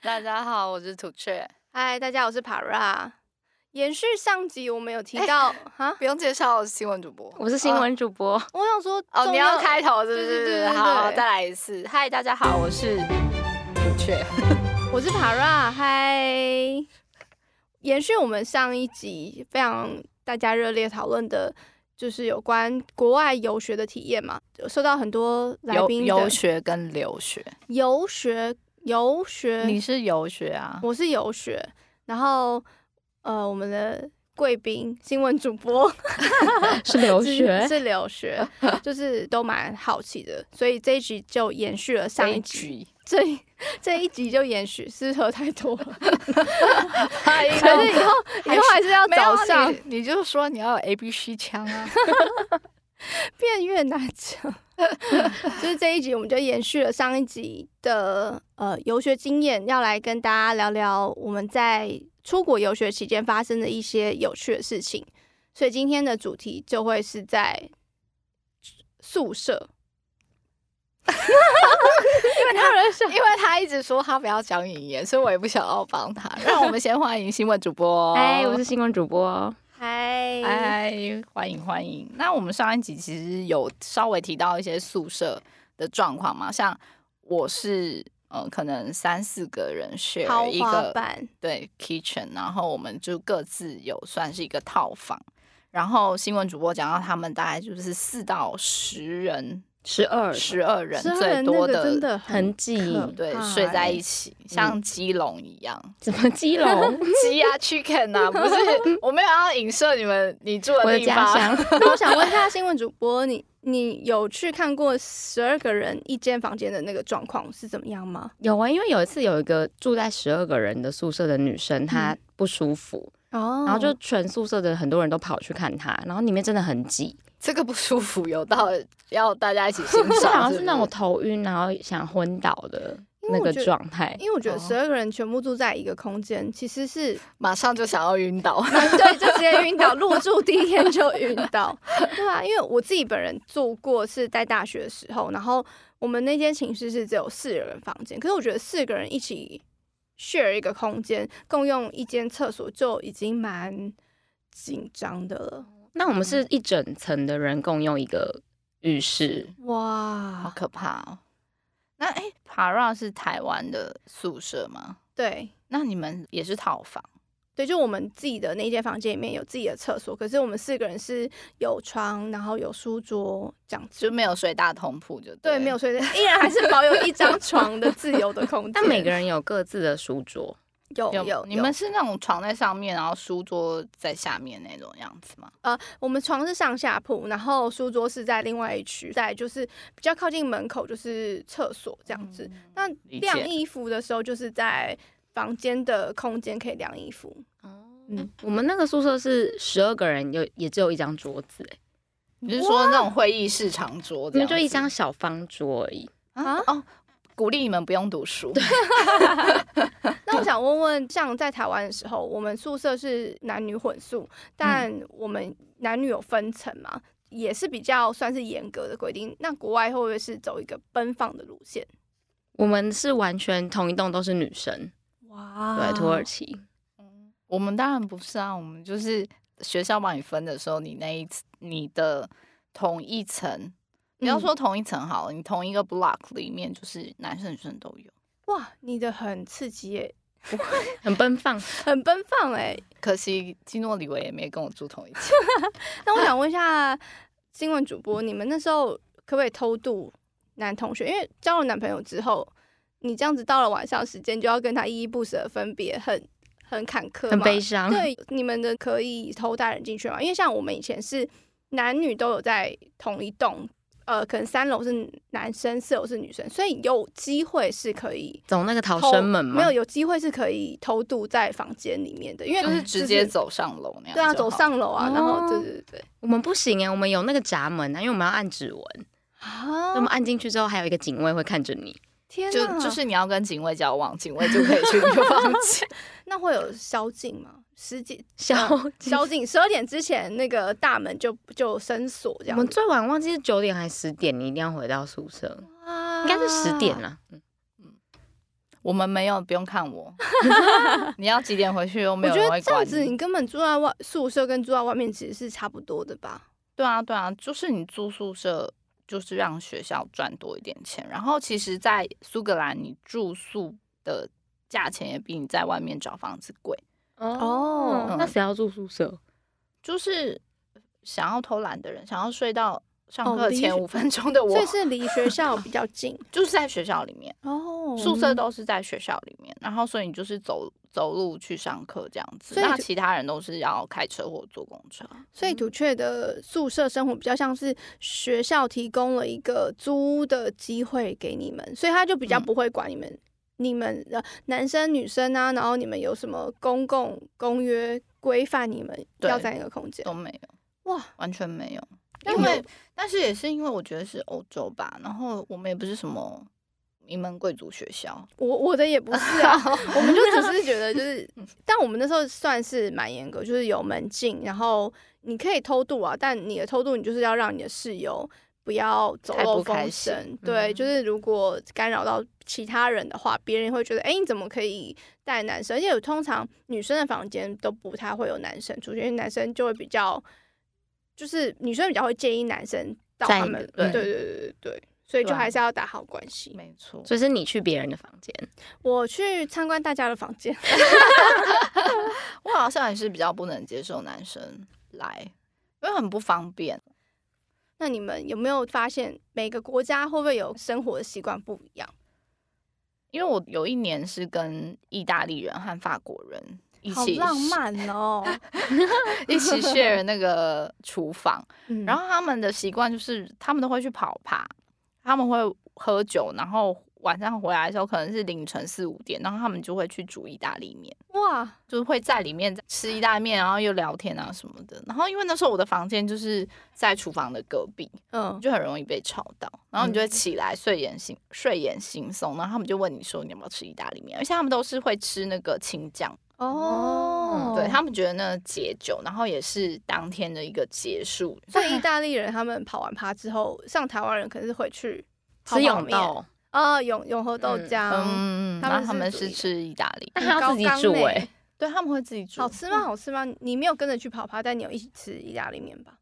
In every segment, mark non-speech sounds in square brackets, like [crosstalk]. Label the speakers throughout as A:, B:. A: 大家好，我是土雀。
B: 嗨，大家好，我是 Para。延续上集，我们有
A: 哎
B: 提到啊、
A: 不用介绍，我是新闻主播。
C: 我是新闻主播，
B: 我想说
A: 哦，
B: 重
A: 你要开头是不是？
B: 对对对对对
A: 好，再来一次。嗨，大家好，我是土雀。
B: 我是 Para，嗨。延续我们上一集非常大家热烈讨论的，就是有关国外游学的体验嘛，收到很多来
A: 游
B: 宾的
A: 游学跟留学，
B: 游学游学，
A: 你是游学啊？
B: 我是游学，然后呃，我们的贵宾新闻主播
C: [laughs] 是留
B: 是 [laughs]
C: 学，
B: 是留学，就是都蛮好奇的，所以这一集就延续了上
A: 这
B: 一
A: 一
B: 集，
A: 局，
B: 这一这一集就延续，是不是喝太多了，
A: 还有
B: 可是以后以后还是要
A: 没有
B: 早
A: 啊
B: 上
A: 你你就说你要有 A B C 枪 [laughs] 啊。
B: 变越难讲， [laughs] 就是这一集我们就延续了上一集的呃游学经验，要来跟大家聊聊我们在出国游学期间发生的一些有趣的事情。所以今天的主题就会是在宿舍，因为没有人想
A: 因为他一直说他不要讲语言，所以我也不想要帮他。让我们先欢迎新闻主播。
C: 哎，我是新闻主播，
B: 嗨，
A: 嗨，欢迎欢迎。那我们上一集其实有稍微提到一些宿舍的状况嘛，像我是呃可能三四个人 share
B: 豪
A: 一
B: 华
A: 个
B: 版
A: 对 kitchen，然后我们就各自有算是一个套房。然后新闻主播讲到他们大概就是四到十人、
C: 十二 [laughs]
A: 十二人
B: 12
A: 最
B: 人那
A: 多嗯
B: 个真的
C: 痕迹
B: 可
A: 对
B: 怕
A: 睡在
B: 欸
A: 一起，像基隆一样。
C: 怎么基 [laughs] 隆？
A: 鸡啊，chicken 啊，不
B: [laughs]
A: 是，我没有要影射你们你住
C: 我
A: 的
C: 的
A: 地
C: 家
A: 方。
C: 乡，
B: 那我想问一下新闻主播，你你有去看过十二个人一间房间的那个状况是怎么样吗？
C: [laughs] 有啊，因为有一次有一个住在十二个人的宿舍的女生，她不舒服，
B: 哦
C: 然后就全宿舍的很多人都跑去看她，然后里面真的很 [laughs] 挤，
A: 这个不舒服，有到要大家一起欣
C: 就好
A: 赏，
C: 像是那种头晕，然后想昏倒的
B: 因为
C: 那
B: 我
C: 个
B: 觉得
C: 状态。
B: 因为我觉得
A: 哦
B: 十二个人全部住在一个空间，其实是
A: 马上就想要晕 [laughs] 倒。
B: [laughs] 对，就直接晕倒，入住第一天就晕倒，对啊，因为我自己本人住过是在大学的时候，然后我们那间寝室是只有四个人房间，可是我觉得四个人一起 share 一个空间，共用一间厕所就已经蛮紧张的了。
C: 那我们是一整层的人共用一个浴室，
A: 好
B: 哇，
A: 可怕哦！那哎、p a r a 是台湾的宿舍吗？
B: 对
A: 那你们也是套房？
B: 对，就我们自己的那间房间里面有自己的厕所，可是我们四个人是有床，然后有书桌这样子。
A: 就没有睡大通铺就
B: 对，没有
C: [laughs]
B: 睡的，依然还是保有一张床的自由的空间。
C: 但每个人有各自的书桌，
B: 有
A: 有
B: 有
A: 你们是那种床在上面，然后书桌在下面那种样子吗？
B: 呃，我们床是上下铺，然后书桌是在另外一区，再来就是比较靠近门口就是厕所这样子。那
A: 嗯理
B: 晾
A: 解。
B: 衣服的时候，就是在房间的空间可以晾衣服。
C: 嗯，我们那个宿舍是十二个人，有也只有一张桌子、欸，
A: 你是说那种会议室长桌这样
C: 我
A: 子？
C: 们就一张小方桌而已。
A: 啊哦，鼓励你们不用读 [laughs] 书。
B: 那我想问问，像在台湾的时候，我们宿舍是男女混宿，但
A: 嗯
B: 我们男女有分层嘛，也是比较算是严格的规定。那国外会不会是走一个奔放的路线？
C: 我们是完全同一栋都是女生，
B: 哇
C: 对，土耳其。
A: 我们当然不是啊，我们就是学校帮你分的时候，你那一次你的同一层，不要
B: 嗯
A: 说同一层好了，你同一个 block 里面就是男生女生都有。
B: 哇，你的很刺激耶，
C: 很奔放，
B: 很奔放哎。
A: 可惜基诺里维也没跟我住同一间，
B: 那
C: [laughs]
B: 我想问一下新闻主播，你们那时候可不可以偷渡男同学？因为交了男朋友之后，你这样子到了晚上时间就要跟他依依不舍的分别，很很坎坷，
C: 很悲。伤。
B: 对，你们的可以偷带人进去吗？因为像我们以前是男女都有在同一栋，呃，可能三楼是男生，四楼是女生，所以有机会是可以。
C: 走那个逃生门吗？
B: 没有，有机会是可以偷渡在房间里面的，因为 [laughs]
A: 就是直接
B: 就是
A: 走上楼那样。
B: 对啊，走。上楼啊，然后
C: 哦
B: 对对对
C: 我们不行哎、我们有那个闸门啊，因为我们要按指纹，
B: 啊
C: 所以我们按进去之后，还有一个警卫会看着你。
B: 天
A: 就
B: 呐，
A: 就是你要跟警卫交往，警卫就可以去你的房间。 [laughs]
B: 那会有宵禁吗？十几
C: 小
B: 宵禁，十二点之前那个大门就就深锁这
C: 我
B: 样
C: 们
B: 子。
C: 最晚忘记是九
B: 啊
C: 点还是十点，你一定要回到宿舍，
B: 哇
C: 啊应该是十点啦。嗯，
A: 我们没有，不用看我。 [laughs] 你要几点回去又没
B: 啊
A: 有
B: 我觉
A: 人
B: 得
A: 会
B: 这样
A: 管
B: 子，你根本住在外宿舍跟住在外面其实是差不多的吧？
A: 对啊，对啊，就是你住宿舍，就是让学校赚多一点钱。然后其实，在苏格兰，你住宿的价钱也比你在外面找房子贵。
B: 哦
C: 那谁要住宿舍？
A: 就是想要偷懒的人，想要睡到上
B: 哦
A: 课
B: 离
A: 前
B: 学
A: 五分钟的我，
B: [laughs] 所以是离学校比较
A: [laughs]
B: 近
A: 就是在学校里面，
B: 哦
A: 宿舍都是在学校里面，然后所以你就是走走路去上课这样子。
B: 所以
A: 那
B: 就
A: 其他人都是要开车或坐公车。嗯
B: 所以土雀的宿舍生活比较像是学校提供了一个租屋的机会给你们，所以他就比较
A: 嗯
B: 不会管你们、你们呃男生女生啊，然后你们有什么公共公约规范你们
A: 对
B: 要在那个空间
A: 都。没有，
B: 哇，
A: 完全没有。
B: 那
A: 因
B: 你
A: 为，但是也是因为我觉得是欧洲吧，然后我们也不是什么名门贵族学校，
B: 我我的也不是啊， [laughs] 我们就只是觉得就是，但我们那时候算是蛮严格，就是有门禁，然后你可以偷渡啊，但你的偷渡你就是要让你的室友不要走
A: 太
B: 漏
A: 不开
B: 风
A: 心
B: 声，对，
C: 嗯
B: 就是如果干扰到其他人的话，别人会觉得，哎、你怎么可以带男生？而且有通常女生的房间都不太会有男生出现，因为男生就会比较，就是女生比较会介意男生到
C: 在
B: 他
C: 你
B: 们，
C: 对
B: 对对对对对，所以就
A: 对啊
B: 还是要打好关系。
A: 没错。
C: 所以是你去别人的房间，
B: 我去参观大家的房间。 [laughs]
A: 我好像也是比较不能接受男生来，因为很不方便。
B: 那你们有没有发现每个国家会不会有生活的习惯不一样？
A: 因为我有一年是跟意大利人和法国人一起
B: 好浪漫哦！
A: 一起 share 那个厨房，
B: [laughs] 嗯
A: 然后他们的习惯就是他们都会去跑趴，他们会喝酒，然后晚上回来的时候可能是凌晨四五点，然后他们就会去煮意大利面。
B: 哇，
A: 就是会在里面吃意大利面，然后又聊天啊什么的。然后因为那时候我的房间就是在厨房的隔壁，
B: 嗯，
A: 就很容易被吵到，然后你就会起来睡眼惺睡眼惺忪，然后他们就问你说你要不要吃意大利面，而且他们都是会吃那个青酱，嗯
B: 哦，
A: 对他们觉得那个解酒，然后也是当天的一个结束。
B: 所以意大利人他们跑完趴之后，像台湾人可能是回去
C: 吃
B: 泡泡
C: 泳
B: 面
C: 道，
B: 啊，永永和豆
C: 嗯
B: 浆，
A: [laughs] 嗯，
B: 他
A: 然后
B: 们
A: 他
B: 是
A: 们
B: 煮
A: 是
B: 意大
A: 吃意大利，
C: 那还要自己煮
B: 哎、
C: 哎，
A: 对他们会自己煮
B: 好，吃吗？好吃吗？你没有跟着去跑趴，但你有一起吃意大利面吧？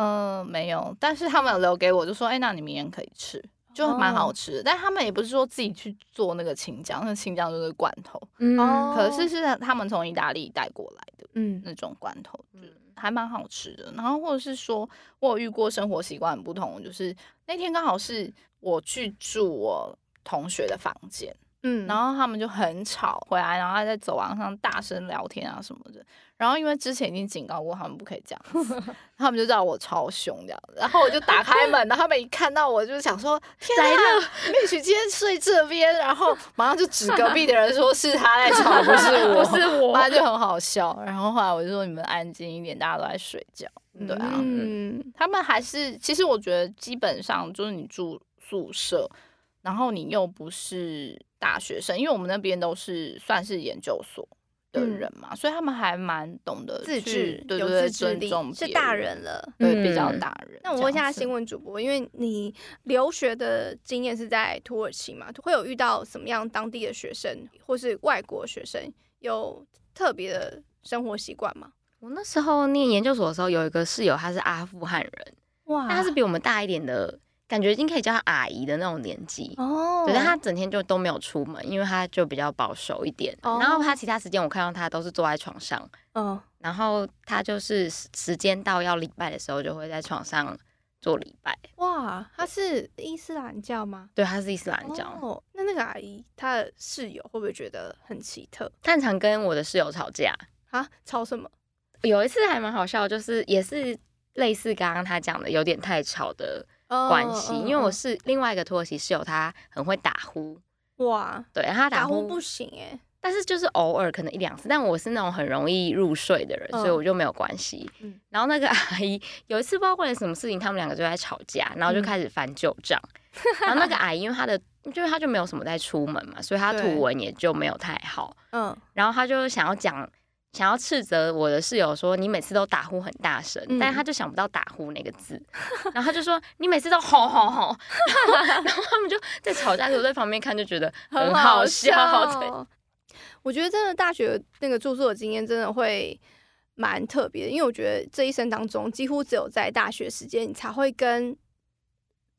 A: 嗯、没有，但是他们有留给我，就说哎、那你明天可以吃。就蛮好吃的，但他们也不是说自己去做那个青酱，那个青酱就是罐头，
B: 哦
C: 嗯，
A: 可是是他们从意大利带过来的
B: 嗯，
A: 那种罐头，就
C: 嗯
A: 还蛮好吃的。然后或者是说我有遇过生活习惯很不同，就是那天刚好是我去住我同学的房间，
B: 嗯，
A: 然后他们就很吵，回来然后他在走廊上大声聊天啊什么的。然后因为之前已经警告过他们不可以这样子，他们就知道我超凶这样子。然后我就打开门，然后他们一看到我就想说：“天
C: 来
A: 啊，妹许今天睡这边。”然后马上就指隔壁的人说是他在吵，不是我，
C: [laughs] [laughs] 不是我
A: 反正就很好笑。然后后来我就说：“你们安静一点，大家都在睡觉。”对啊，
B: 嗯，
A: 他们还是，其实我觉得基本上就是你住宿舍，然后你又不是大学生，因为我们那边都是算是研究所的人嘛，所以他们还蛮懂得
B: 嗯自
A: 去
B: 制
A: 对
B: 有
A: 对对，
B: 自制
A: 尊
B: 力
A: 重
B: 是
A: 别
B: 大人，了。
A: 对、比较
C: 嗯
A: 大人。
B: 那我问一下
A: 这
B: 新
A: 样子，
B: 闻主播，因为你留学的经验是在土耳其嘛，会有遇到什么样当地的学生或是外国学生有特别的生活习惯吗？
C: 我那时候念研究所的时候，有一个室友，他是阿富汗人，
B: 哇
C: 但他是比我们大一点的，感觉已经可以叫他阿姨的那种年纪。
B: 哦
C: 对，但他整天就都没有出门，因为他就比较保守一点。
B: 哦
C: 然后他其他时间我看到他都是坐在床上，
B: 嗯
C: 然后他就是时时间到要礼拜的时候就会在床上做礼拜。
B: 哇，他是伊斯兰教吗？
C: 对，他是伊斯兰教，
B: 哦，那那个阿姨她的室友会不会觉得很奇特
C: 他很常跟我的室友吵架。
B: 啊？吵什么？
C: 有一次还蛮好笑，就是也是类似刚刚他讲的有点太吵的关系，
B: 哦
C: 因为我
B: 哦
C: 是另外一个土耳其室友，他很会打呼，
B: 哦哇，
C: 对，他
B: 打
C: 打
B: 呼
C: 呼
B: 不行哎，
C: 但是就是偶尔可能一两次，但我是那种很容易入睡的人，
B: 嗯
C: 所以我就没有关系。
B: 嗯
C: 然后那个 [laughs] 阿姨有一次不知道为了什么事情，他们两个就在吵架，然后就开始翻旧账。然后那个阿姨因为她的，就是她就没有什么在出门嘛，所以她
B: 对
C: 图文也就没有太好。
B: 嗯
C: 然后她就想要讲想要斥责我的室友说你每次都打呼很大声，
B: 嗯
C: 但是他就想不到打呼那个字，然后他就说你每次都吼吼吼， [laughs] 然后他们就在吵架的时候在旁边看就觉得 [laughs] 很好笑，对，
B: [laughs] 我觉得真的大学那个住宿的经验真的会蛮特别的，因为我觉得这一生当中，几乎只有在大学时间，你才会跟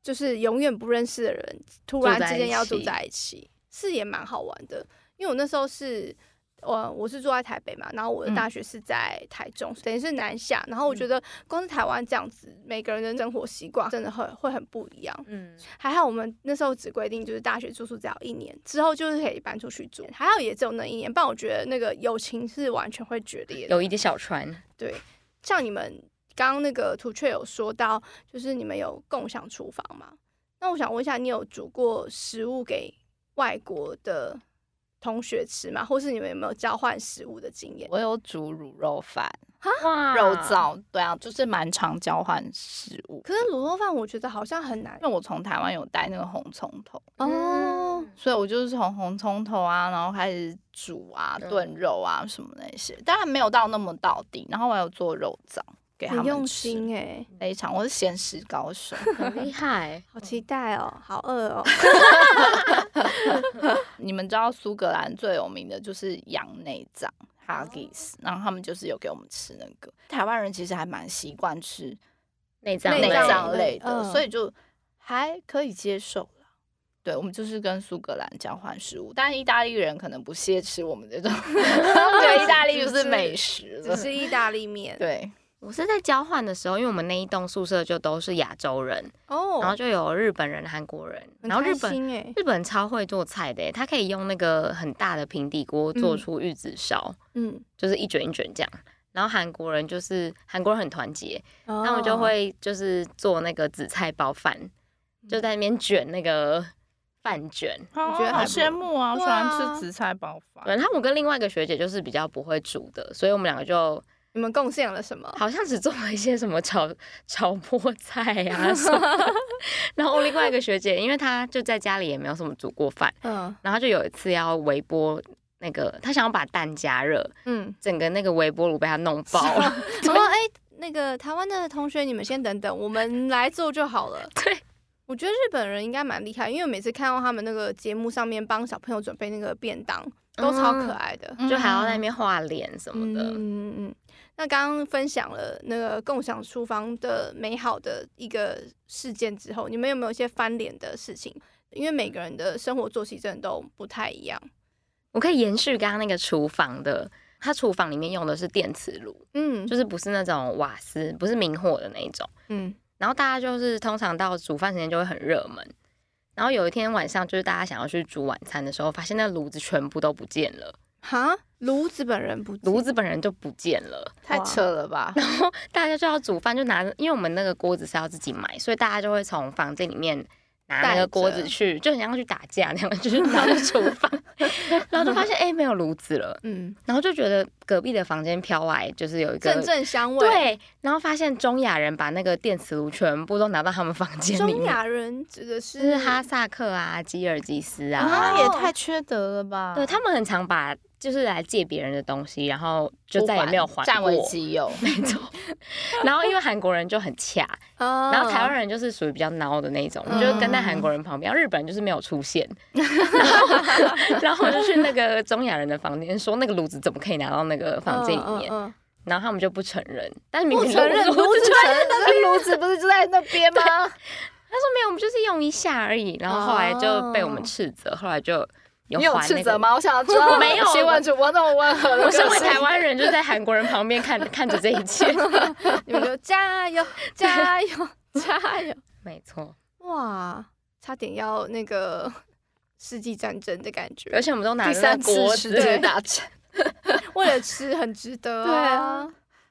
B: 就是永远不认识的人突然之间要住在一起，是也蛮好玩的。因为我那时候是。呃我我是住在台北嘛，然后我的
A: 嗯
B: 大学是在台中，等于是南下。然后我觉得光是台湾这样子，每个人的生活习惯真的会会很不一样。
C: 嗯，
B: 还好我们那时候只规定就是大学住宿只要一年，之后就是可以搬出去住。还好也只有那一年，不然我觉得那个友情是完全会决裂的。
C: 有一点小船，
B: 对，像你们刚刚那个图雀有说到，就是你们有共享厨房嘛？那我想问一下，你有煮过食物给外国的同学吃吗？或是你们有没有交换食物的经验？
A: 我有煮卤肉饭、
C: 哇
A: 肉，燥，对啊，就是蛮常交换食物。
B: 可是卤肉饭我觉得好像很难
A: 因为我从台湾有带那个红葱头，
B: 哦。
A: 所以我就是从红葱头啊，然后开始煮啊、
C: 嗯
A: 炖肉啊什么那些，当然没有到那么到底。然后我还有做肉燥给他
B: 很
A: 们
B: 用
A: 吃
B: 心哎、
A: 非常，我是咸食高
B: [laughs]
A: 手。
C: 很厉害，
B: 好期待哦，好饿 [laughs] 哦。
A: 你们知道苏格兰最有名的就是羊内脏
B: 哦
A: （haggis），、然后他们就是有给我们吃那个。台湾人其实还蛮习惯吃
C: 内脏
B: 内
A: 内
B: 脏
A: 脏
B: 类
A: 类
B: 的
A: 的，
B: 嗯
A: 所以就还可以接受啦。对，我们就是跟苏格兰交换食物，但意大利人可能不屑吃我们这 [laughs] 种，他们觉得意大利就是美食
B: 只
A: 了。
B: 是意大利面。
A: 对，
C: 我是在交换的时候，因为我们那一栋宿舍就都是亚洲人，
B: 哦，
C: 然后就有日本人、韩国人，
B: 很
C: 然后日
B: 开
C: 本
B: 心哎，
C: 日本超会做菜的耶，他可以用那个很大的平底锅做
B: 嗯
C: 出玉子烧，
B: 嗯，
C: 就是一卷一卷这样。然后韩国人就是韩国人很团结，
B: 他
C: 他们就会就是做那个紫菜包饭，
B: 嗯
C: 就在那边卷那个饭卷。
A: 我
B: 觉得还
A: 好
B: 不
A: 羡慕啊！我
B: 对
A: 喜
B: 啊
A: 欢吃紫菜包饭。
C: 对，然后我跟另外一个学姐就是比较不会煮的，所以我们两个就
B: 你们贡献了什么？
C: 好像只做了一些什么炒炒菠菜啊什么的。 [laughs] 然后我另外一个学姐，因为她就在家里也没有什么煮过饭，
B: 嗯
C: 然后她就有一次要微波那个，她想要把蛋加热，
B: 嗯，
C: 整个那个微波炉被她弄爆了。
B: 然后哎，那个台湾的同学，你们先等等，我们来做就好了。
C: 对，
B: 我觉得日本人应该蛮厉害，因为我每次看到他们那个节目上面帮小朋友准备那个便当，都超可爱的。
A: 嗯
C: 就还要在那边画脸什么的。
B: 嗯嗯。那刚刚分享了那个共享厨房的美好的一个事件之后，你们有没有一些翻脸的事情？因为每个人的生活作息真的都不太一样。
C: 我可以延续刚刚那个厨房的，它厨房里面用的是电磁炉，
B: 嗯
C: 就是不是那种瓦斯，不是明火的那一种。
B: 嗯
C: 然后大家就是通常到煮饭时间就会很热门。然后有一天晚上，就是大家想要去煮晚餐的时候，发现那炉子全部都不见了，
B: 哈，炉子本人不
C: 炉子本人就不见了。
A: 太
B: 哇
A: 扯了吧？
C: 大家就要煮饭，就拿着，因为我们那个锅子是要自己买，所以大家就会从房间里面拿那
B: 带着
C: 个锅子去，就很像去打架那样，就是拿着厨房，然后就发现哎、诶没有炉子了。
B: 嗯
C: 然后就觉得隔壁的房间飘来，就是有一个
B: 阵阵香味。，
C: 对，然后发现中亚人把那个电磁炉全部都拿到他们房间里
B: 中
C: 面，
B: 亚人指的
C: 就是是哈萨克啊、吉尔吉斯啊，
A: 啊，也太缺德了吧？
C: 对他们很常把就是来借别人的东西，然后就再也没有还
A: 占为
C: 过。
A: 己有。
C: 没错， [laughs] 然后因为韩国人就很恰，
B: 哦
C: 然后台湾人就是属于比较孬的那种，我们就是跟在韩国人旁边，然后日本人就是没有出现， [laughs] 然后然后我就去那个中亚人的房间说那个炉子怎么可以拿到那个房间里面，
B: 嗯嗯
C: 然后他们就不承认，但是明
B: 不
C: 明
B: 承认
C: 炉
B: 炉子
C: 就
B: 承认。
A: 那炉子不是就在那边吗？
C: 他说没有，我们就是用一下而已，然后后来就被我们
B: 哦
C: 斥责，后来就有
A: 你有
C: 还那
A: 斥
C: 个
A: 责？吗？我想要知道。
C: 我 [laughs] 没有
A: 新闻主播那么温和的
C: [laughs] 我
A: 个性，
C: 身
A: [laughs]
C: 为台湾人，就在韩国人旁边看 [laughs] 看着这一切。
B: 嗯你们就加
C: [laughs]
B: 油加油加油！
C: 没错，
B: 哇，差点要那个世纪战争的感觉
C: 而，且我们都拿
A: 第
C: 着那
A: 三
C: 个锅
A: 次
C: 子
A: 世，界大战。
B: 为了吃很值
C: [laughs]
B: 得、
A: 对啊，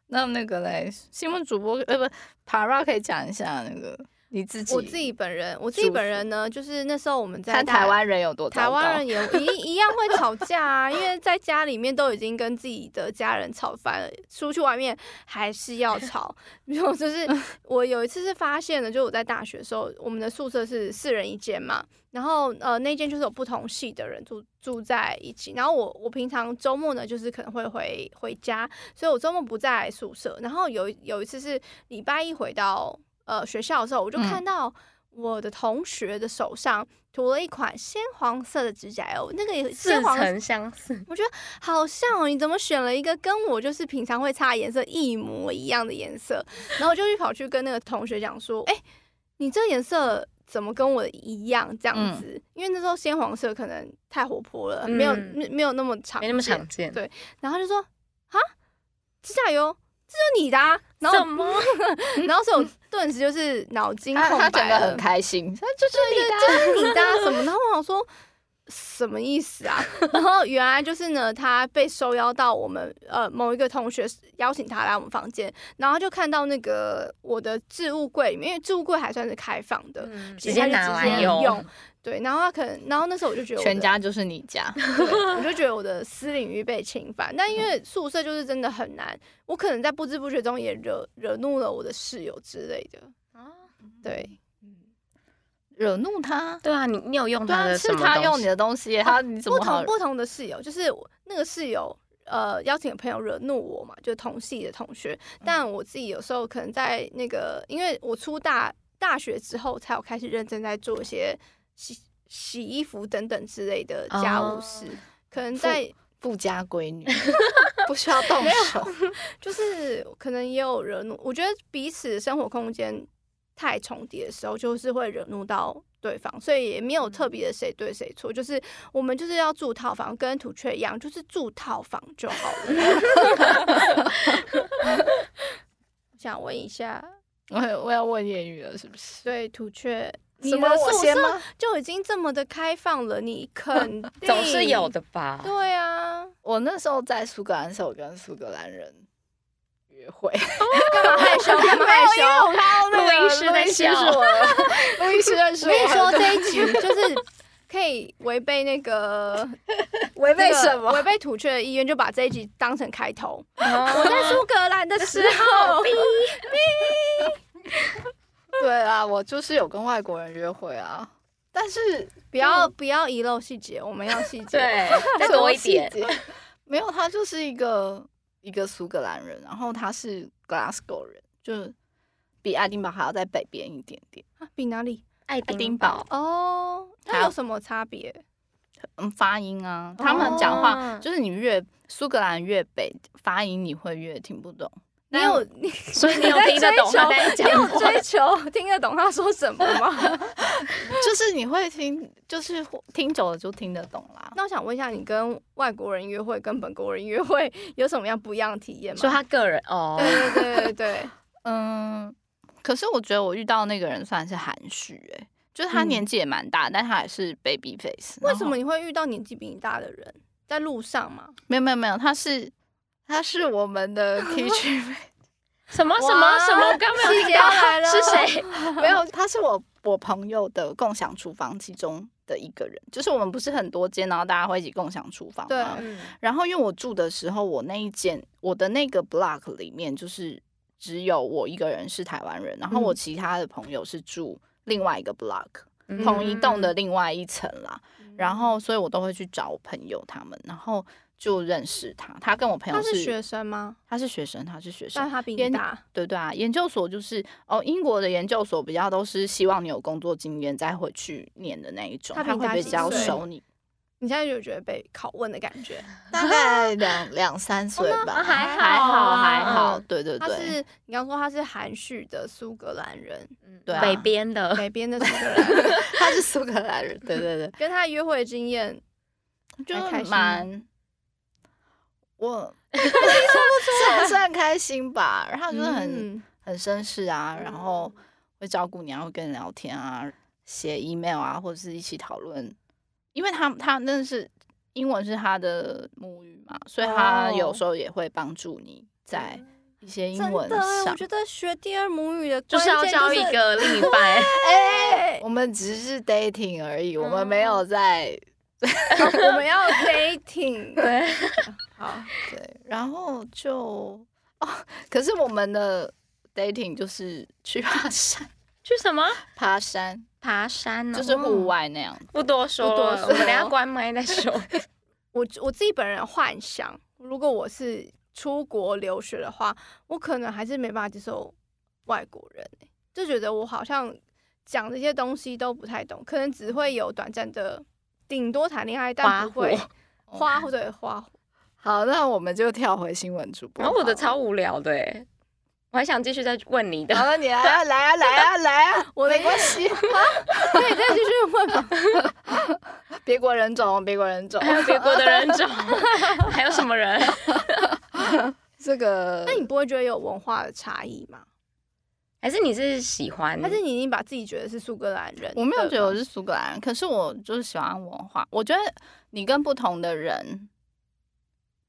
A: 那那个嘞，新闻主播呃不，Para 可以讲一下那个你自己，
B: 我自己本人，我自己
A: 舒
B: 本
A: 服
B: 人呢，就是那时候我们在
A: 看
B: 大
A: 台湾人有多糟
B: 台
A: 糕
B: 湾人也一一样会吵架啊，因为在家里面都已经跟自己的家人吵翻了，出去外面还是要吵。 [laughs] 然后就是我有一次是发现了，就我在大学的时候，我们的宿舍是四人一间嘛，然后呃那间就是有不同系的人住住在一起，然后我我平常周末呢就是可能会回回家，所以我周末不在宿舍。然后有一有一次是礼拜一回到呃学校的时候，我就
A: 嗯
B: 看到我的同学的手上涂了一款鲜黄色的指甲油，那个也
C: 似
B: 鲜黄
C: 曾相识，
B: 好像哦，你怎么选了一个跟我就是平常会擦的颜色一模一样的颜色？然后我就去跑去跟那个同学讲说，哎、你这颜色怎么跟我的一样？这样子，因为那时候鲜黄色可能太活泼了，没有
C: 嗯
B: 没没有那么长，
C: 没那么常。见。
B: 对然后他就说，啊，指甲油，这就是你的、啊。然后
C: 怎么？
B: [laughs] 然后所以我顿时就是脑筋
A: 他
B: 空
A: 他整
B: 白
A: 个
B: 了
A: 很。开心，他就是你的
B: 对，就是你的啊、什么？然后我想说。什么意思啊？然后原来就是呢，他被受邀到我们呃某一个同学邀请他来我们房间，然后就看到那个我的置物柜里面，因为置物柜还算是开放的，
A: 嗯
C: 直接拿
B: 他就直
C: 来
B: 接
C: 用，
B: 用对。然后他可能，然后那时候我就觉得我的
A: 全家就是你家，
C: [laughs]
B: 对，我就觉得我的私领域被侵犯。但因
C: 嗯
B: 为宿舍就是真的很难，我可能在不知不觉中也惹惹怒了我的室友之类的。
A: 哦
B: 对，
A: 惹怒他。
C: 对啊，你你有用
A: 对
C: 它
A: 啊，
C: 的
A: 是
C: 什么
A: 他
C: 东
A: 用你
C: 西？
A: 的东西，他你怎
B: 不
A: 么好
B: 同？不同的室友，就是我那个室友。呃，邀请的朋友惹怒我嘛，就是同系的同学。
A: 嗯
B: 但我自己有时候可能在那个，因为我出大大学之后才有开始认真在做一些洗洗衣服等等之类的家务事。
C: 哦
B: 可能在
A: 富家闺女不需要动手，
B: 就是可能也有惹怒，我觉得彼此生活空间太重叠的时候，就是会惹怒到对方，所以也没有特
A: 嗯
B: 别的谁对谁错，就是我们就是要住套房，跟土雀一样，就是住套房就好了。 [laughs] 我想问一下，
A: 我 [laughs] 我要问谚语了，是不是？
B: 对土雀，你
A: 什么
B: 的
A: 我
B: 宿
A: 先
B: 舍
A: 吗？
B: 就已经这么的开放了，你肯定
C: [laughs] 总是有。的吧？
B: 对啊，
A: [laughs] 我那时候在苏格兰的时候，我跟苏格兰人约会，
B: 干嘛害羞？干嘛害羞？
C: 啊录音师在笑，
A: [laughs]
B: [laughs]
A: 我，录音师认识
B: 我
A: 我
B: 跟你说，
A: 很多，
B: 这一集就是可以违背那 [laughs] 个
A: 违
B: 那个违背土雀的意愿，就把这一集当成开 [laughs] 头。
C: 我
B: 我在苏格兰的时 [laughs] 候，
A: [laughs] 对啊，我就是有跟外国人约会啊，但是
B: 不要不要遗漏细节，我们要细节。
C: [laughs] 对，再多一点。
A: 什么细节。没有，他就是一个一个苏格兰人，然后他是 Glasgow 人，就是比爱丁堡还要在北边一点点。
B: 啊比哪里？
C: 爱
A: 爱丁堡，
B: 哦，它
A: 好
B: 有什么差别？
A: 嗯，发音啊，他们讲话、
C: 哦
A: 就是你越苏格兰越北，发音你会越听不懂。 [laughs]
B: 你
A: 那
B: 有你
C: 所以你有听得懂他在
B: 你有
C: 讲话？
B: 追求听得懂他说什么吗？
A: 就是你会听，就是听久了就听得懂啦。
B: [laughs] 那我想问一下，你跟外国人约会跟本国人约会有什么样不一样的体验吗？
C: 说他个人哦，
B: 对对对对 [laughs] 对，
A: 嗯，可是我觉得我遇到那个人算是含蓄、欸，就是他
B: 嗯
A: 年纪也蛮大，但他也是 baby face。
B: 为什么你会遇到年纪比你大的人？在路上吗？
A: 没有没有没有，他是他是我们
B: [laughs]
A: 的 teacher，
C: 什么什么
B: 哇
C: 什么？我刚没有
B: 细
C: 听
B: 节要
C: 到
B: 来了，
C: 是？谁？
A: 没有，他是我我朋友的共享厨房其中的一个人，就是我们不是很多间，然后大家会一起共享厨房
B: 对
A: 嘛。然后因为我住的时候，我那一间我的那个 block 里面就是只有我一个人是台湾人，然后我
B: 嗯
A: 其他的朋友是住另外一个 block，、同一栋
B: 嗯
A: 的另外一层啦。然后所以我都会去找我朋友他们，然后就认识他。他跟我朋友
B: 他
A: 是
B: 是学生吗？
A: 他是学生，他是学生
B: 但，他比你
A: 研
B: 大，
A: 对对啊，研究所就是哦，英国的研究所比较都是希望你有工作经验再回去念的那一种，
B: 他比
A: 他
B: 你大
A: 会比
B: 几
A: 较
B: 岁
A: 收
B: [laughs]
A: 你，
B: 你现在就觉得被拷问的感觉。
A: 大概两两
B: 哦
A: 三岁
C: 那
A: 吧，
C: 还好
A: 还好
C: 啊
A: 还好，
B: 嗯
A: 对对
B: 他
A: 对，
B: 是你刚说他是含蓄的苏格兰人，
C: 嗯
A: 对啊
C: 北边
B: [laughs]
C: 的，
B: 北边的苏格兰人，
A: [laughs] 他是苏格兰人，对
B: [laughs]
A: 对
B: 跟他约会的经
A: [laughs]
B: 验，
A: 对，就
B: 还开
A: 是
B: 心吗
A: 蛮
B: [laughs]
A: 我 [laughs] 算算开心吧，然后就是很
B: 嗯
A: 很绅士啊，然后会照顾你啊，会跟你聊天啊，写 email 啊，或者是一起讨论，因为他他那是英文是他的母语嘛，所以他
B: 哦
A: 有时候也会帮助你在一些英
B: 真
A: 文
B: 的欸，
A: 上
B: 我。觉得学第二母语的
C: 就是要
B: 关键
C: 交
B: 是
C: 一个另一半，
A: [laughs]
B: 哎，
A: 我们只是 dating 而已，我们没有在
B: 我们要 dating。
C: 对，
B: 好，
A: 对，然后就哦，可是我们的 dating 就是去 [laughs] 爬山，
C: [laughs] 去什么
A: 爬山
C: 爬山
A: 就是
B: 哦
A: 户
C: 玩，
A: 外那样。
C: 不多说
B: 不多
C: 了，
B: 说
C: 我们等一下关麦再 [laughs] 说。
B: 我我自己本人幻想，如果我是出国留学的话，我可能还是没办法接受外国人欸、就觉得我好像讲这些东西都不太懂，可能只会有短暂的，顶多谈恋爱，但不会
A: 火
B: 花或者花火。 [laughs]
A: 好，那我们就跳回新闻主播。
C: 然后我的
A: 好
C: 超
A: 了，
C: 无聊的欸，我还想继续再问你
A: [laughs] 好
C: 的，
A: 了，你来啊，来啊，来啊，来啊，
B: 我的
A: 没关系，啊
B: 可以再继续问吗？
A: 别国人种，别国人种，
C: [laughs] 还有别国的人 [laughs] 种，还有什么人？
A: 这个
B: [laughs] 那你不会觉得有文化的差异吗？
C: 还是你是喜欢？
B: 还是你已经把自己觉得是苏格兰人？
A: 我没有觉得我是苏格兰人，可是我就是喜欢文化。我觉得你跟不同的人，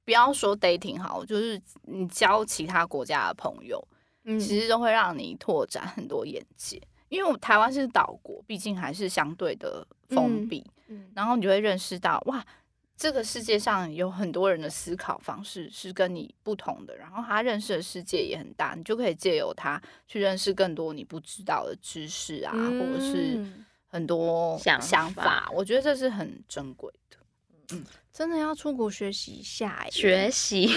A: 不要说 dating 好，就是你交其他国家的朋友，
B: 嗯
A: 其实都会让你拓展很多眼界。因为我台湾是岛国，毕竟还是相对的封闭，
B: 嗯
A: 然后你就会认识到，哇，这个世界上有很多人的思考方式是跟你不同的，然后他认识的世界也很大，你就可以借由他去认识更多你不知道的知识啊，或者是
B: 嗯
A: 很多
C: 想
A: 想
C: 法
A: 我觉得这是很珍贵的。
B: 真的要出国学习一下耶，[laughs]
C: 学习，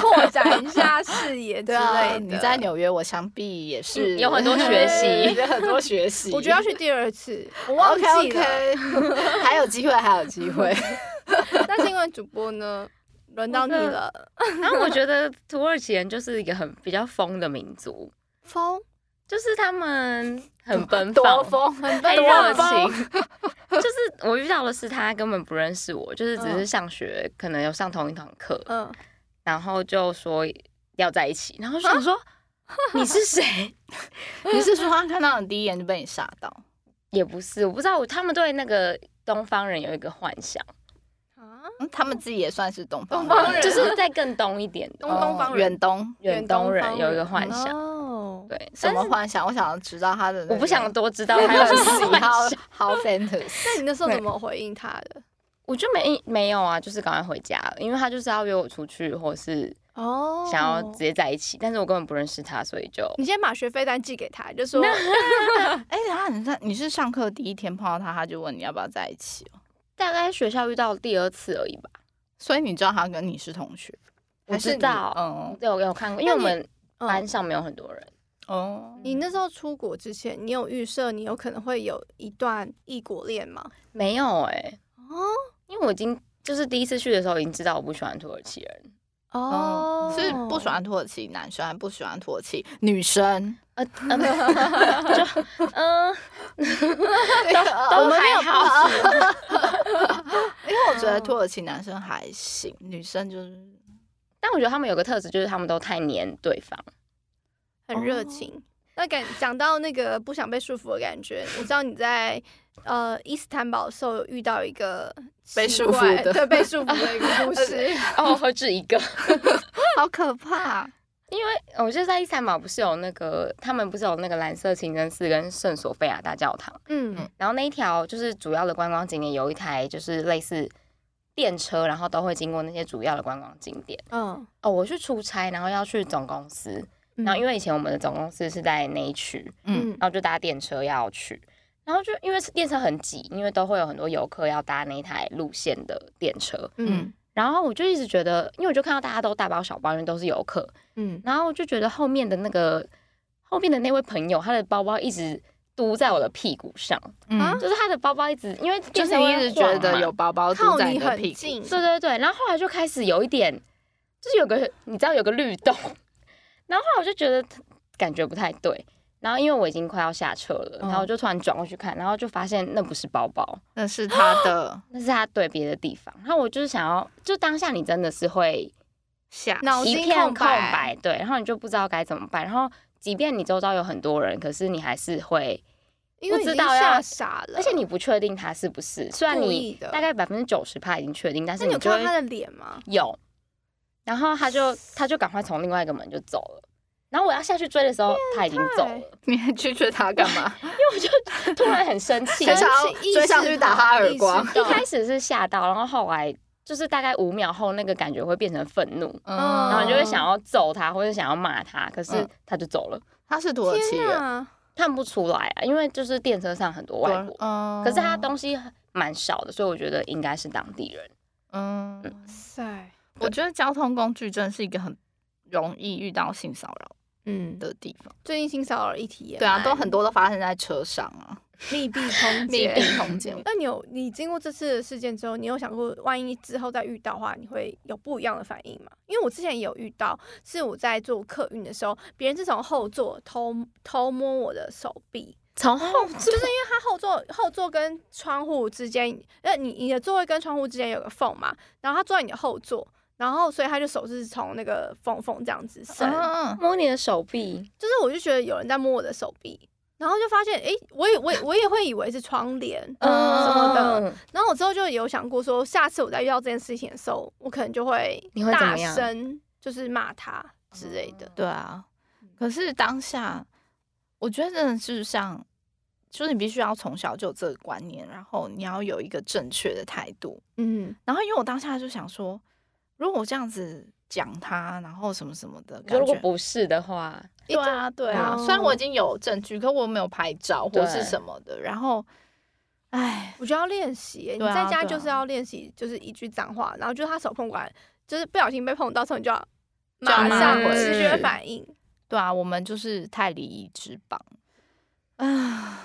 B: 扩展一下视野之类的。
A: 啊你在纽约，我想必也是、
C: 嗯有很多学
A: [laughs]
C: 习
A: 有很多学习。
B: 我觉得要去第二
C: [laughs]
B: 次，我忘记
A: OK
B: 了。
A: OK，还有机会，还有机会。
B: [laughs] 但是因为主播呢，轮到你了。
C: 然后我觉得土耳其人就是一个很比较疯的民族，
B: 风
C: 就是他们很 [laughs]
A: [laughs]
C: 奔
A: 多
C: 放，
A: 风，
C: 很
A: 多
C: 热
A: 风
C: 情。就是我遇到的是他根本不认识我，就是只是上学、可能有上同一堂课，
B: 嗯，
C: 然后就说要在一起，然后就想说、 [laughs] 你是谁？
A: 你是说他看到你第一眼就被你吓到？
C: 也不是，我不知道，他们对那个东方人有一个幻想，
B: 啊，
A: 嗯他们自己也算是东方哦
B: 东方人
C: 就是在更东一点的
B: 东东方人
A: 远东
C: 远东人有一个幻想，
B: 哦，
C: 对，
A: 什
C: 但
A: 么
C: 是
A: 幻想？我想要知道他的那个，
C: 我不想多知道
A: 对
C: 还有
A: 他
C: 什
A: 的
C: 么
A: 喜好
C: 幻想，
A: 好 fantasy。
B: [laughs] 那你那时候怎么回应他的？
C: 我就没没有啊，就是赶快回家了，因为他就是要约我出去，或是
B: 哦，
C: 想要直接在一起，但是我根本不认识他，所以就
B: 你先把学费单寄给他，就
C: [laughs]
B: 说
A: 哎，他很像，你是上课第一天碰到他，他就问你要不要在一起哦，
C: 大概学校遇到第二次而已吧。
A: 所以你知道他跟你是同学，
C: 我
A: 还是
C: 知道
A: 你嗯
C: 有有看过，因为我们班 [laughs]
B: 嗯
C: 上没有很多人，
A: 哦，
B: 你那时候出国之前，你有预设你有可能会有一段异国恋吗？
C: 没有哎、
B: 哦
C: 因为我已经就是第一次去的时候已经知道我不喜欢土耳其人，
A: 哦
C: 嗯
B: 哦，，
A: 是不喜欢土耳其男生，还不喜欢土耳其女生，
C: 呃，呃就嗯、
A: 我
C: 都
A: 们没有
C: 还好，
A: 因为我觉得土耳其男生还行，女生就是
C: 但我觉得他们有个特质就是他们都太黏对方，
B: 很
A: 哦
B: 热情。那感讲到那个不想被束缚的感觉，我知道你在呃伊斯坦堡的时候有遇到一个
A: 被
B: 奇
A: 束缚
B: 怪
A: 的
B: 对被束缚的一个故
A: [laughs]
B: 事。
C: [laughs] 哦，何止一个。
A: 好可怕。
C: 因为哦我就在伊斯坦堡，不是有那个他们不是有那个蓝色清真寺跟圣索菲亚大教堂，
B: [laughs] 嗯
C: 然后那一条就是主要的观光景点有一台就是类似电车，然后都会经过那些主要的观光景点。
B: 嗯，
C: 哦，我去出差，然后要去总公司，然后因
B: 为
C: 为以前我们的总公司是在那一区，
A: 嗯，
C: 然后就搭电车要去，然后就因为电车很挤，因为都会有很多游客要搭那一台路线的电车，
A: 嗯
C: 然后我就一直觉得，因为我就看到大家都大包小包，因为都是游客，
B: 嗯
C: 然后我就觉得后面的那个后面的那位朋友，他的包包一直嘟在我的屁股上，
A: 嗯
B: 啊，
C: 就是他的包包一直因为
A: 就
C: 电
A: 是
C: 车
A: 你
C: 会
A: 一直
C: 晃
A: 觉得
C: 嘛
A: 有包包堵
B: 靠
A: 在
B: 你
A: 你的
B: 很
A: 屁股，
B: 近，
C: 对对对，然后后来就开始有一点，就是有个你知道有个律动， [laughs] 然后后来我就觉得感觉不太对，然后因为我已经快要下车了，然
A: 嗯
C: 后我就突然转过去看，然后就发现那不是包包，
A: 那是他
C: [gasps]
A: 的
C: 那是他对别的地方。然后我就是想要，就当下你真的是会
A: 下
B: 脑
C: 一
B: 筋
C: 片空
B: 哦白，
C: 白，对，然后你就不知道该怎么办，然后即便你周遭有很多人，可是你还是会。
B: 因为
C: 不
B: 你
C: 知
B: 已经
C: 道要
B: 吓傻了，
C: 而且你不确定他是不是，虽然
B: 故
C: 你
B: 意的
C: 大概百分之九十趴已经确定，但是
B: 那你有
C: 就
B: 看
C: 会
B: 到他的脸吗？
C: 有，然后他就他就赶快从另外一个门就走了。然后我要下去追的时候，他已经走了，因
A: [laughs] 你还拒绝他干嘛？
C: 为我就突然很生
B: [laughs]
C: 气。
A: 很想
C: 一
A: 要追上去打他耳光 [laughs]
C: 开始是吓到，然后后来就是大概五秒后，那个感觉会变成愤怒，
A: 嗯，
B: 然
C: 然后你就会想
A: 要
C: 要揍他或者想要骂他，可
B: 嗯
C: 是他就走了，
A: 他是土耳其
B: 天
A: 人，
B: 啊，
C: 看不出来啊，因为就是电车上很多外国，
A: 嗯，
C: 可是他东西蛮少的，所以我觉得应该是当地人。
A: 嗯，
B: 塞，
A: 我觉得交通工具真的是一个很容易遇到性骚扰
B: 嗯，
A: 的地方。
B: 最近性骚扰议题也
A: 对啊，
B: 蛮
A: 都很多都发生在车上啊，
B: 密闭空
A: [laughs] 密
B: 间。
A: 闭空间。
B: 那你有你经过这次的事件之后，你有想过万一之后再遇到的话，你会有不一样的反应吗？因为我之前也有遇到，是我在坐客运的时候，别人是从后座偷偷摸我的手臂，
C: 从后座
B: 就是因为它后座后座跟窗户之间，呃，你你的座位跟窗户之间有个缝嘛，然后他坐在你的后座，然后所以他就手是从那个缝缝这样子伸，
A: 嗯，
C: 摸你的手臂，
B: 就是我就觉得有人在摸我的手臂，然后就发现，诶，我也我也我也会以为是窗帘，
A: 嗯
B: 什么的
C: 嗯
B: 然后我之后就有想过说，下次我再遇到这件事情的时候，我可能就会
C: 你会怎
B: 大
C: 么样
B: 声就是骂他之类的。
A: 对啊。可是当下，我觉得真的是像，就是你必须要从小就有这个观念，然后你要有一个正确的态度。
B: 嗯，
A: 然后因为我当下就想说，如果我这样子讲他，然后什么什么的，
C: 如
A: 感
C: 果
A: 觉
C: 不是的话，
A: 对啊，对啊，
B: 哦
A: 虽然我已经有证据，可我没有拍照或是
C: 对
A: 什么的。然后，唉，
B: 我就要练习耶、你
A: 对啊
B: 在家
A: 对啊
B: 就是要练习，就是一句脏话，然后就是他手碰过来，就是不小心被碰到，时候你就要
A: 就要
B: 马
A: 骂
B: 上
C: 回
B: 直
C: 去
B: 觉反应。
A: 对啊，我们就是太礼仪之邦啊，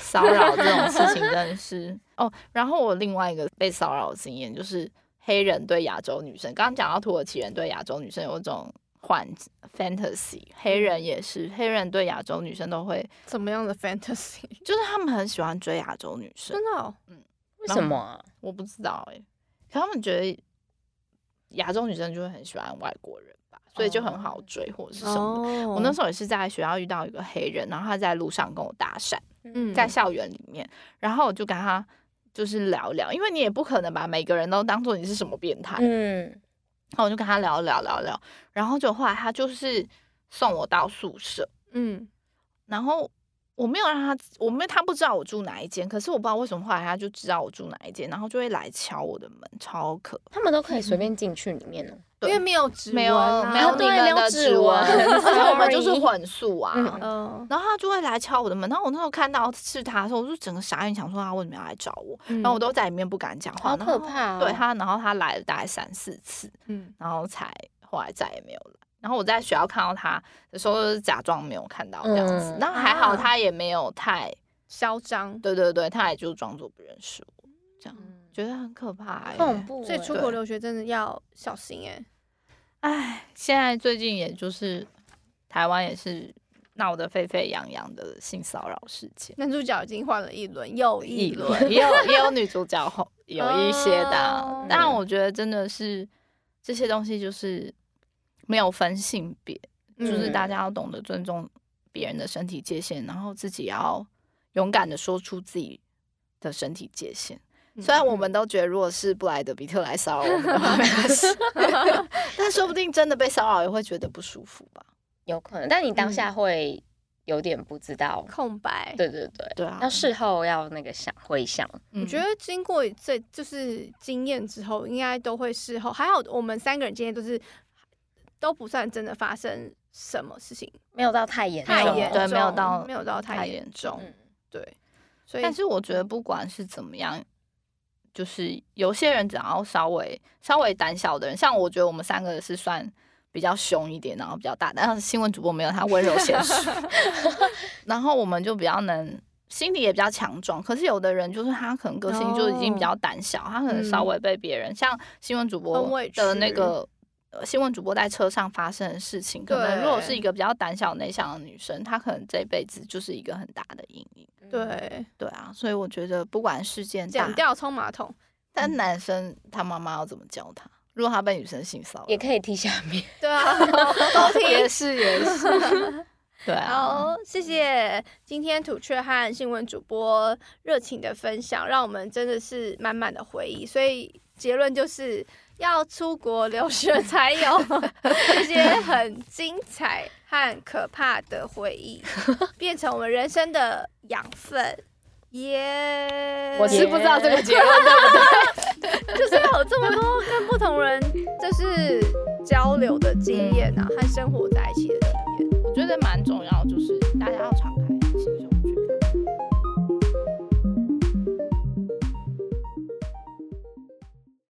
A: 骚扰这种事情真的是哦。然后我另外一个被骚扰的经验就是黑人对亚洲女生，刚刚讲到土耳其人对亚洲女生有一种幻 fantasy，黑
C: 嗯
A: 人也是，黑人对亚洲女生都会，
B: 怎么样的 fantasy？
A: 就是他们很喜欢追亚洲女生
B: [laughs] 真，的、哦，
C: 为什么啊？
A: 我不知道哎、可他们觉得亚洲女生就会很喜欢外国人吧，所以就很好追或者 [laughs] 是什么的。
B: 哦
A: 我那时候也是在学校遇到一个黑人，然后他在路上跟我搭讪，
B: 嗯
A: 在校园里面，然后我就跟他就是聊聊，因为你也不可能把每个人都当做你是什么变态，
C: 嗯，
A: 然后我就跟他聊聊聊聊，然后就后来他就是送我到宿舍，
B: 嗯
A: 然后我没有让他，我没有他不知道我住哪一间，可是我不知道为什么后来他就知道我住哪一间，然后就会来敲我的门，超可
C: 他们都可以随便进去里面哦。
A: 对
B: 因为没有指
A: 没有
B: 纹啊
A: 没有
C: 对
A: 你们
C: 没
A: 的
C: 有指
A: 指纹，
C: 纹 [laughs]
A: 而且我们就是
C: sorry
A: 混宿啊。
C: 嗯
B: 嗯，
A: 然后他就会来敲我的门，然后我那时候看到是他的时候，我就整个傻眼，想说啊他为什么要来找我？
B: 然
A: 然后我都在里面不敢讲话，
C: 嗯好
A: 然后
C: 可怕哦
A: 对他，然后他来了大概三四次，
B: 嗯
A: 然后才后来再也没有来。然后我在学校看到他的时候，就是假装没有看到这样子。
C: 嗯
A: 那还好，
B: 啊
A: 他也没有太，
B: 嚣张，
A: 对对对，他也就装作不认识我，这样觉得很可怕、欸。
C: 嗯恐怖欸，
B: 所以出国留学真的要小心哎、
A: 唉，现在最近也就是台湾也是闹得沸沸扬扬的性骚扰事件。
B: 男主角已经换了一轮又一轮，
A: 也有也有女主角后 [laughs] 有一些的啊，
B: 哦
A: 但我觉得真的是这些东西就是没有分性别，
B: 嗯
A: 就是大家要懂得尊重别人的身体界限，然后自己要勇敢的说出自己的身体界限。虽然我们都觉得，如果是布莱德比特来骚扰我们的 [laughs] 话，没关系，但说不定真的被骚扰也会觉得不舒服吧？
C: 有可能，但你当下会有点不知道。
B: 空白。
C: 对对对，
A: 对啊，
C: 要事后要那个想回想，
A: 嗯
B: 我觉得经过这就是经验之后，应该都会事后还好。我们三个人今天都是都不算真的发生什么事情，
C: 没有到太严重，
B: 太严
A: 对
B: 重，
A: 没有到
B: 没有到
A: 太
B: 太
A: 严
B: 严重，
C: 嗯
B: 对。所以
A: 但是我觉得不管是怎么样，就是有些人只要稍微稍微胆小的人，像我觉得我们三个是算比较凶一点，然后比较大胆，但是新闻主播没有他温柔
B: [laughs]
A: 贤淑，然后我们就比较能。心理也比较强壮，可是有的人就是他可能个性就已经比较胆小他可能稍微被别人、像新闻主
B: 哦嗯很
A: 播
B: 委屈
A: 的那个、呃、新闻主播在车上发生的事情，可能如果是一个比较胆小内向的女生，她可能这辈子就是一个很大的阴影。
B: 对
A: 对啊，所以我觉得不管事件大
B: 讲，掉嗯冲马桶，
A: 但男生他妈妈要怎么教他？如果他被女生性骚扰
C: 也，可以踢下面。
B: 对啊，
A: [laughs]
B: 都听
A: 也是也是，对啊，
B: 好，谢谢今天土雀和新闻主播热情的分享，让我们真的是满满的回忆。所以结论就是，要出国留
C: [laughs]
B: 学才有这些很精彩和可怕的回忆，变成我们人生的养分。耶、
C: 我是不知道这个结论的。
B: 就是有这么多跟不同人就是交流的经验啊，和生活在一起的经验。
A: 我觉得蛮重要，就是大家要常